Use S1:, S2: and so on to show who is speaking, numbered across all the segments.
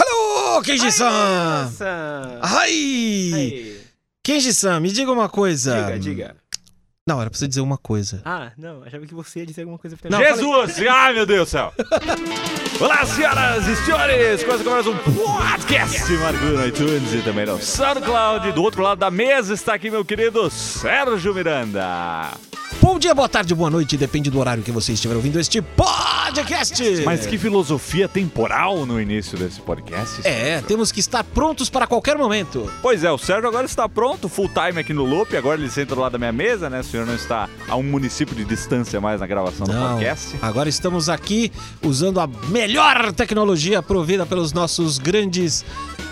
S1: Alô, Kenji-san!
S2: Nossa!
S1: Ai!
S2: Aí.
S1: Kenji-san, me diga uma coisa.
S2: Diga, diga.
S1: Não, era pra você dizer uma coisa.
S2: Ah, não, achava que você ia dizer alguma coisa pra
S1: Não,
S2: mim.
S3: Jesus! Ai, meu Deus do céu! Olá, senhoras e senhores! Quase que mais um podcast Marco no iTunes e também no SoundCloud. Do outro lado da mesa está aqui meu querido Sérgio Miranda.
S1: Bom dia, boa tarde, boa noite, depende do horário que você estiver ouvindo este podcast.
S3: Mas que filosofia temporal no início desse podcast.
S1: É, temos que estar prontos para qualquer momento.
S3: Pois é, o Sérgio agora está pronto, full time aqui no loop. Agora ele senta do lado da minha mesa, né? O senhor não está a um município de distância mais na gravação do
S1: Não,
S3: podcast.
S1: agora estamos aqui usando a melhor tecnologia provida pelos nossos grandes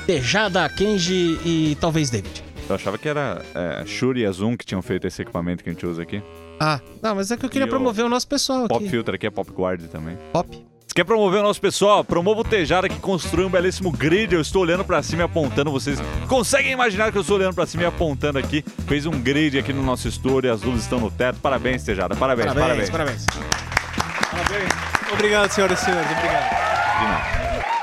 S1: Tejada, Kenji e talvez David.
S3: Eu achava que era é, Shuri e a Zoom que tinham feito esse equipamento que a gente usa aqui.
S1: Ah, não, mas é que eu queria
S3: E o
S1: promover o nosso pessoal
S3: Pop
S1: aqui.
S3: Filter aqui é Pop Guard também.
S1: Pop.
S3: Se quer promover o nosso pessoal, promova o Tejara que construiu um belíssimo grid. Eu estou olhando pra cima e apontando. Vocês conseguem imaginar que eu estou olhando pra cima e apontando aqui? Fez um grid aqui no nosso estúdio, as luzes estão no teto. Parabéns, Tejara. Parabéns, parabéns.
S1: parabéns.
S2: Obrigado, senhoras e senhores, obrigado.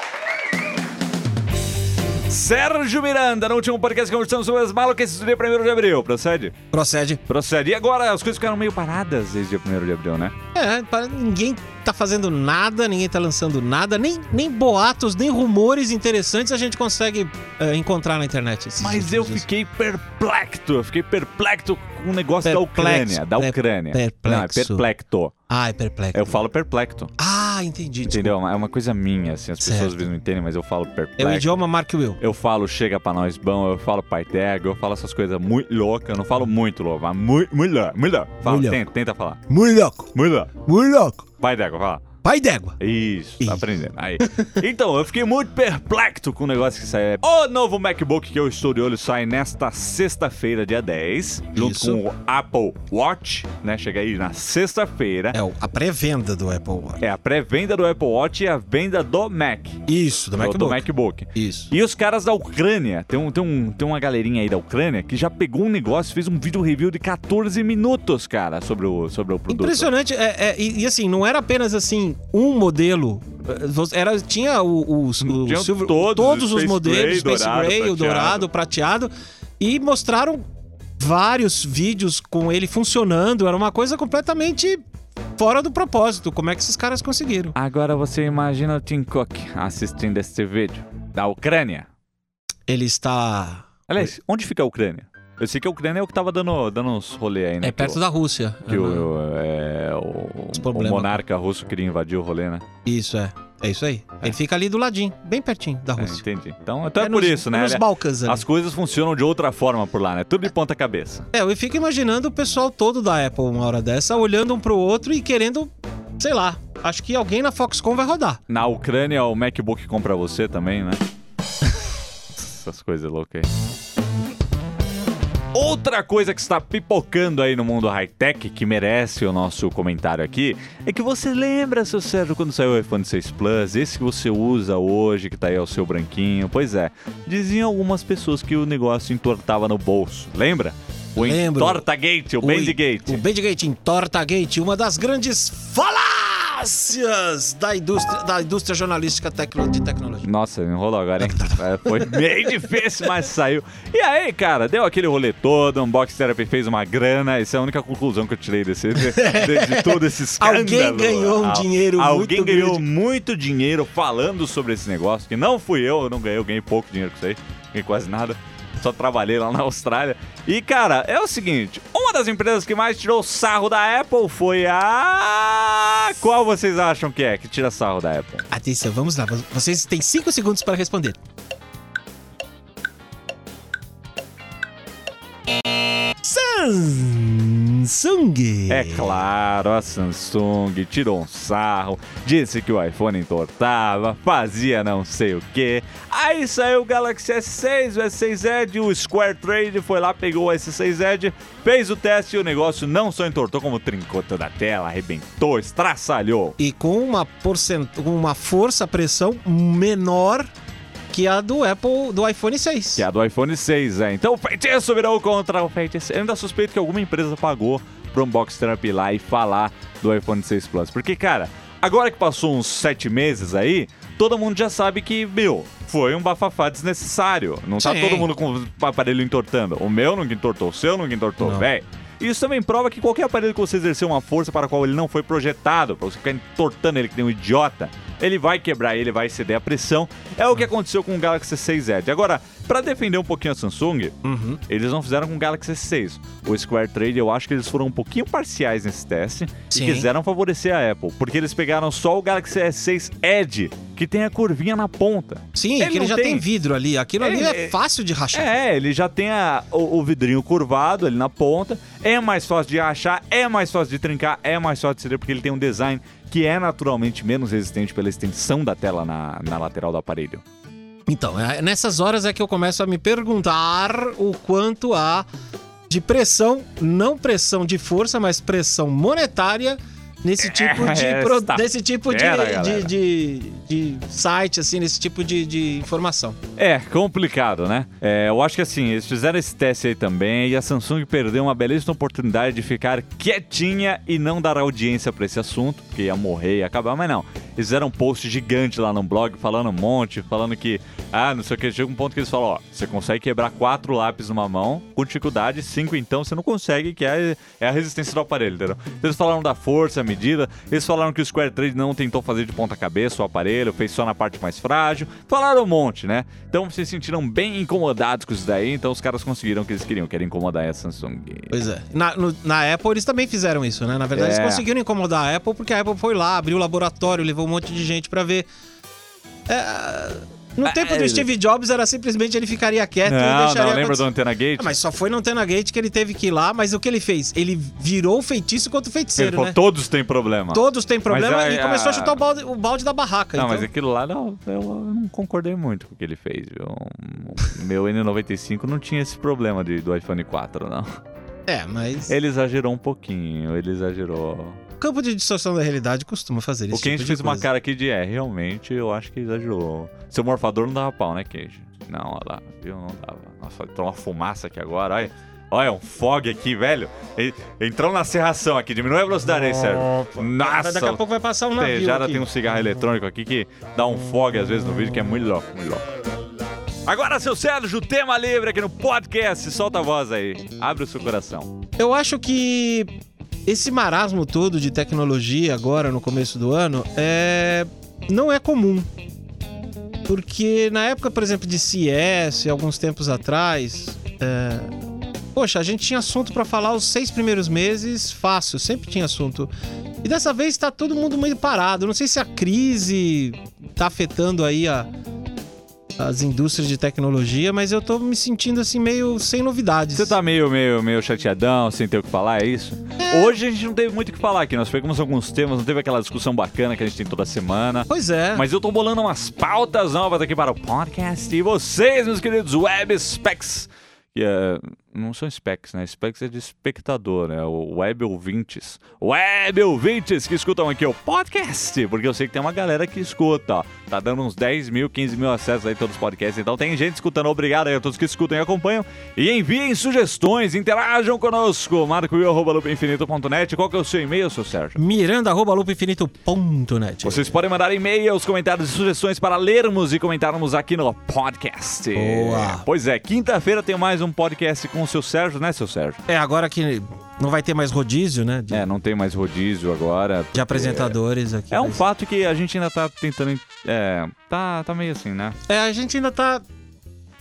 S3: Sérgio Miranda, no último podcast conversamos sobre as maluquices do dia 1 de abril. Procede?
S1: Procede.
S3: Procede. E agora, as coisas ficaram meio paradas desde o dia 1 de abril, né?
S1: É, para- ninguém tá fazendo nada, ninguém tá lançando nada, nem, nem boatos, nem rumores interessantes a gente consegue é, encontrar na internet. esses
S3: Mas
S1: últimos
S3: eu
S1: dias.
S3: fiquei perplexo. Eu fiquei perplexo com o negócio
S1: Perplexo,
S3: da Ucrânia. Da
S1: per-
S3: Ucrânia. Não, é
S1: perplexo.
S3: perplexo.
S1: Ai, Ah, é perplexo.
S3: Eu falo perplexo.
S1: Ah, entendi.
S3: Entendeu? É uma coisa minha, assim, as pessoas
S1: Certo.
S3: às vezes não entendem, mas eu falo
S1: É o
S3: perplexo.
S1: idioma Mark Will.
S3: Eu falo chega pra nós bom, eu falo pai tego, eu falo essas coisas muito loucas, eu não falo muito louco, mas muito, muito louco, muito louco. Fala,
S1: Muito louco.
S3: tenta, tenta falar.
S1: Muito louco,
S3: Muito louco.
S1: muito louco.
S3: Pai tego, fala.
S1: Pai d'égua.
S3: Isso,
S1: Isso.
S3: tá aprendendo. Aí. Então, eu fiquei muito perplexo com o negócio que saiu. O novo MacBook que eu estou de olho sai nesta sexta-feira, dia 10, junto
S1: Isso.
S3: com o Apple Watch, né? Chega aí na sexta-feira.
S1: É o- a pré-venda do Apple Watch.
S3: É a pré-venda do Apple Watch e a venda do Mac.
S1: Isso, do
S3: Do
S1: MacBook.
S3: MacBook.
S1: Isso.
S3: E os caras da Ucrânia, tem, um, tem, um, tem uma galerinha aí da Ucrânia que já pegou um negócio, fez um vídeo review de 14 minutos, cara, sobre o, sobre o produto.
S1: Impressionante, é, é, e, e assim, não era apenas assim, um modelo. é, você- Era, tinha o, o, o
S3: Tinha
S1: silver-
S3: todos,
S1: todos os
S3: Space
S1: modelos,
S3: Gray,
S1: Space
S3: dourado,
S1: Gray, o
S3: prateado.
S1: dourado, prateado, e mostraram vários vídeos com ele funcionando. Era uma coisa completamente fora do propósito. Como é que esses caras conseguiram?
S3: Agora você imagina o Tim Cook assistindo este vídeo da Ucrânia.
S1: Ele está.
S3: Aliás, onde fica a Ucrânia? Eu sei que a Ucrânia é o que tava dando, dando uns rolê aí, né?
S1: É perto
S3: que o-
S1: da Rússia.
S3: Que o, é, o-
S1: Os
S3: o
S1: problemas. né?
S3: monarca russo queria invadir o rolê, né?
S1: Isso, é. É isso aí. Ele fica ali do ladinho, bem pertinho da
S3: É,
S1: Rússia.
S3: entendi. Então, então é,
S1: nos-
S3: por isso, né?
S1: Nos
S3: Ele-
S1: Balcãs ali.
S3: As coisas funcionam de outra forma por lá, né? Tudo de ponta cabeça.
S1: É, eu fico imaginando o pessoal todo da Apple uma hora dessa, olhando um pro outro e querendo, sei lá, acho que alguém na Foxconn vai rodar.
S3: Na Ucrânia, o MacBook compra você também, né? Essas coisas loucas aí. Outra coisa que está pipocando aí no mundo high-tech, que merece o nosso comentário aqui, é que você lembra, seu Sérgio, quando saiu o iPhone 6 Plus, esse que você usa hoje, que tá aí ao seu branquinho? Pois é, diziam algumas pessoas que o negócio entortava no bolso, lembra? O
S1: Lembro.
S3: Entorta-gate, o Bandgate.
S1: O Bandgate entorta gate, uma das grandes falácias da indústria, da indústria jornalística tecno- de tecnologia.
S3: Nossa, enrolou agora, hein?
S1: Tá,
S3: É, Foi bem difícil, mas saiu. E aí, cara, deu aquele rolê todo, o Unbox Therapy fez uma grana, essa é a única conclusão que eu tirei desse, de, de todo esse escândalo.
S1: Alguém ganhou um
S3: Al-
S1: dinheiro muito
S3: Alguém ganhou
S1: grande.
S3: muito dinheiro falando sobre esse negócio, que não fui eu, eu não ganhei, eu ganhei pouco dinheiro com isso aí, ganhei quase nada. Só trabalhei lá na Austrália. E, cara, é o seguinte: uma das empresas que mais tirou sarro da Apple foi a. Qual vocês acham que é que tira sarro da Apple?
S1: Atenção, vamos lá, vo- vocês têm cinco segundos para responder. Samsung!
S3: É claro, a Samsung tirou um sarro, disse que o iPhone entortava, fazia não sei o que. Aí saiu o Galaxy S6, o S6 Edge, o Square Trade foi lá, pegou o S6 Edge, fez o teste e o negócio não só entortou, como trincou toda a tela, arrebentou, estraçalhou.
S1: e com uma, porcent... com uma força pressão menor que a do Apple do iPhone 6.
S3: Que é a do iPhone 6, é. Então o feitiço virou contra o feitiço. Eu ainda suspeito que alguma empresa pagou pro Unbox Therapy ir lá e falar do iPhone 6 Plus. Porque, cara, agora que passou uns 7 meses aí, todo mundo já sabe que, meu, foi um bafafá desnecessário. Não tá
S1: Sim.
S3: todo mundo com o aparelho entortando. O meu nunca entortou, o seu nunca entortou,
S1: Não.
S3: véi. Isso também prova que qualquer aparelho que você exercer uma força para a qual ele não foi projetado, para você ficar entortando ele que nem um idiota, ele vai quebrar, ele vai ceder à pressão. É o que aconteceu com o Galaxy 6 Edge. Agora, para defender um pouquinho a Samsung,
S1: Uhum.
S3: eles não fizeram com o Galaxy S6. O Square Trade, eu acho que eles foram um pouquinho parciais nesse teste
S1: Sim.
S3: e quiseram favorecer a Apple, porque eles pegaram só o Galaxy S6 Edge, que tem a curvinha na ponta.
S1: Sim,
S3: Ele
S1: que ele
S3: não
S1: já
S3: tem-
S1: tem, vidro ali. Aquilo ali
S3: Ele-
S1: é fácil de rachar.
S3: É, ele já tem a- o, o vidrinho curvado ali na ponta. É mais fácil de achar, é mais fácil de trincar, é mais fácil de ceder, porque ele tem um design que é naturalmente menos resistente pela extensão da tela na, na lateral do aparelho.
S1: Então, é- nessas horas é que eu começo a me perguntar o quanto há de pressão, não pressão de força, mas pressão monetária nesse tipo de
S3: esta
S1: pro- desse tipo de,
S3: fera,
S1: de-
S3: É, galera.
S1: de, de site assim, nesse tipo de, de informação.
S3: É, complicado, né? É, eu acho que assim, eles fizeram esse teste aí também e a Samsung perdeu uma belíssima oportunidade de ficar quietinha e não dar audiência pra esse assunto, porque ia morrer, ia acabar, mas não. Eles fizeram um post gigante lá no blog falando um monte, falando que, ah, não sei o que, chega um ponto que eles falam, ó, você consegue quebrar quatro lápis numa mão, com dificuldade, cinco então você não consegue, que é, é a resistência do aparelho, entendeu? Eles falaram da força, medida, eles falaram que o Square Trade não tentou fazer de ponta cabeça o aparelho, fez só na parte mais frágil, falaram um monte, né? Então vocês se sentiram bem incomodados com isso daí, então os caras conseguiram o que eles queriam, que era incomodar a Samsung.
S1: Pois é. Na, no- na Apple eles também fizeram isso, né? Na verdade,
S3: É.
S1: eles conseguiram incomodar a Apple porque a Apple foi lá, abriu o laboratório, levou um monte de gente pra ver. É, no
S3: Ah,
S1: tempo
S3: é.
S1: do Steve Jobs era simplesmente ele ficaria quieto e
S3: Não,
S1: É, deixaria
S3: não, lembra
S1: acontecer.
S3: do Antena Gate?
S1: Ah, mas só foi no Tena Gate que ele teve que ir lá, mas o que ele fez? Ele virou o feitiço contra o
S3: Ele
S1: feiticeiro,
S3: falou,
S1: né?
S3: todos têm problema.
S1: Todos têm problema
S3: Mas a-
S1: e começou
S3: a-
S1: a chutar o balde, o balde da barraca.
S3: Não,
S1: então-
S3: mas é aquilo lá não, eu não concordei muito com o que ele fez, viu? O Meu N95 não tinha esse problema de, do iPhone 4, não.
S1: É, mas
S3: Ele exagerou um pouquinho, ele exagerou.
S1: o campo de distorção da realidade costuma fazer tipo isso.
S3: o Kenji fez uma cara aqui de é, realmente eu acho que exagerou. Seu morfador não dava pau, né, Kenji? Não, olha lá, viu? Não dava. Nossa, entrou uma fumaça aqui agora, olha. Olha, um fog aqui, velho. E- Entrou na serração aqui, diminuiu a velocidade aí, Sérgio. Nossa,
S1: Daqui a pouco vai passar um navio
S3: Tejada
S1: aqui.
S3: tem um cigarro eletrônico aqui que dá um fog às vezes no vídeo, que é muito louco, muito louco. Agora, seu Sérgio, tema livre aqui no podcast. Solta a voz aí. Abre o seu coração.
S1: Eu acho que esse marasmo todo de tecnologia agora no começo do ano é não é comum. Porque na época, por exemplo, de CS, alguns tempos atrás, é, poxa, a gente tinha assunto pra falar os seis primeiros meses fácil, sempre tinha assunto. E dessa vez tá todo mundo meio parado. Não sei se a crise tá afetando aí a- as indústrias de tecnologia, mas eu tô me sentindo assim meio sem novidades.
S3: Você tá meio, meio, meio chateadão, sem ter o que falar, é isso? Hoje a gente não teve muito o que falar aqui. Nós pegamos alguns temas, não teve aquela discussão bacana que a gente tem toda semana.
S1: Pois é.
S3: Mas eu tô bolando umas pautas novas aqui para o podcast. E vocês, meus queridos web specs. que, é, não são specs, né? Specs é de espectador, né? O web ouvintes. Web ouvintes que escutam aqui o podcast. Porque eu sei que tem uma galera que escuta, ó. Tá dando uns 10 mil, 15 mil acessos aí todos os podcasts. Então tem gente escutando. Obrigado aí a todos que escutam e acompanham. E enviem sugestões, interajam conosco. Marco e arroba loopinfinito.net. Qual que é o seu e-mail, seu Sérgio?
S1: miranda.lupainfinito.net.
S3: Vocês podem mandar e-mails, comentários e sugestões para lermos e comentarmos aqui no podcast.
S1: Boa.
S3: Pois é, quinta-feira tem mais um podcast com o seu Sérgio, né, seu Sérgio?
S1: É, agora que não vai ter mais rodízio, né? De,
S3: É, não tem mais rodízio agora.
S1: de apresentadores aqui.
S3: É um fato que a gente ainda tá tentando. É, tá, tá meio assim, né?
S1: É, a gente ainda tá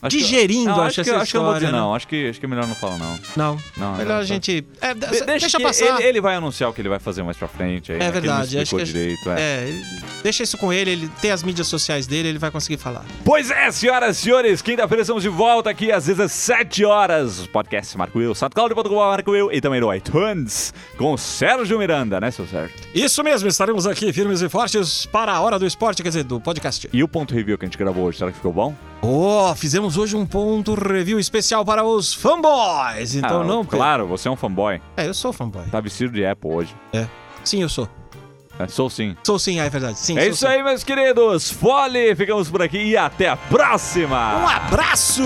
S3: Acho que-
S1: digerindo,
S3: Não,
S1: acho,
S3: acho que,
S1: essa
S3: acho que eu não vou dizer,
S1: história, né?
S3: não. Acho que, acho que é melhor não falar, não.
S1: Não.
S3: Não,
S1: Melhor a
S3: não, tá.
S1: gente. É, de-
S3: De-
S1: deixa
S3: que
S1: passar.
S3: Ele, ele vai anunciar o que ele vai fazer mais pra frente. Aí, né,
S1: é
S3: que ele não
S1: verdade, acho que.
S3: explicou
S1: a gente-
S3: direito, é.
S1: é, ele- deixa isso com ele, ele tem as mídias sociais dele, ele vai conseguir falar.
S3: Pois é, senhoras e senhores, quinta-feira estamos de volta aqui às 17 horas. Podcast Marco Will, satcloud.com Marco Will e também no iTunes com o Sérgio Miranda, né, seu Sérgio?
S1: Isso mesmo, estaremos aqui firmes e fortes para a hora do esporte, quer dizer, do podcast.
S3: E o ponto review que a gente gravou hoje, será que ficou bom?
S1: Oh, fizemos hoje um ponto review especial para os fanboys. Então
S3: Ah,
S1: não, Pedro.
S3: Claro, você é um fanboy.
S1: É, eu sou fanboy.
S3: Tá vestido de Apple hoje.
S1: É. Sim, eu sou.
S3: É, sou sim.
S1: Sou sim, é verdade. Sim,
S3: É
S1: sou
S3: isso
S1: sim.
S3: aí, meus queridos. Fole, ficamos por aqui e até a
S1: Um
S3: próxima.
S1: abraço!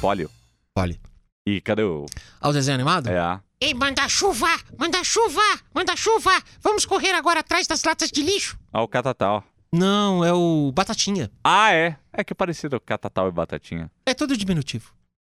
S3: Fole.
S1: Olha.
S3: E cadê o...
S1: Ao desenho animado?
S3: É a...
S4: Ei, manda chuva! Manda chuva! Manda chuva! Vamos correr agora atrás das latas de lixo!
S3: Ah, o Catatá, ó. Não, é o Batatinha.
S1: Ah, é. É que é parecido com Catatal e Batatinha.
S3: É todo diminutivo.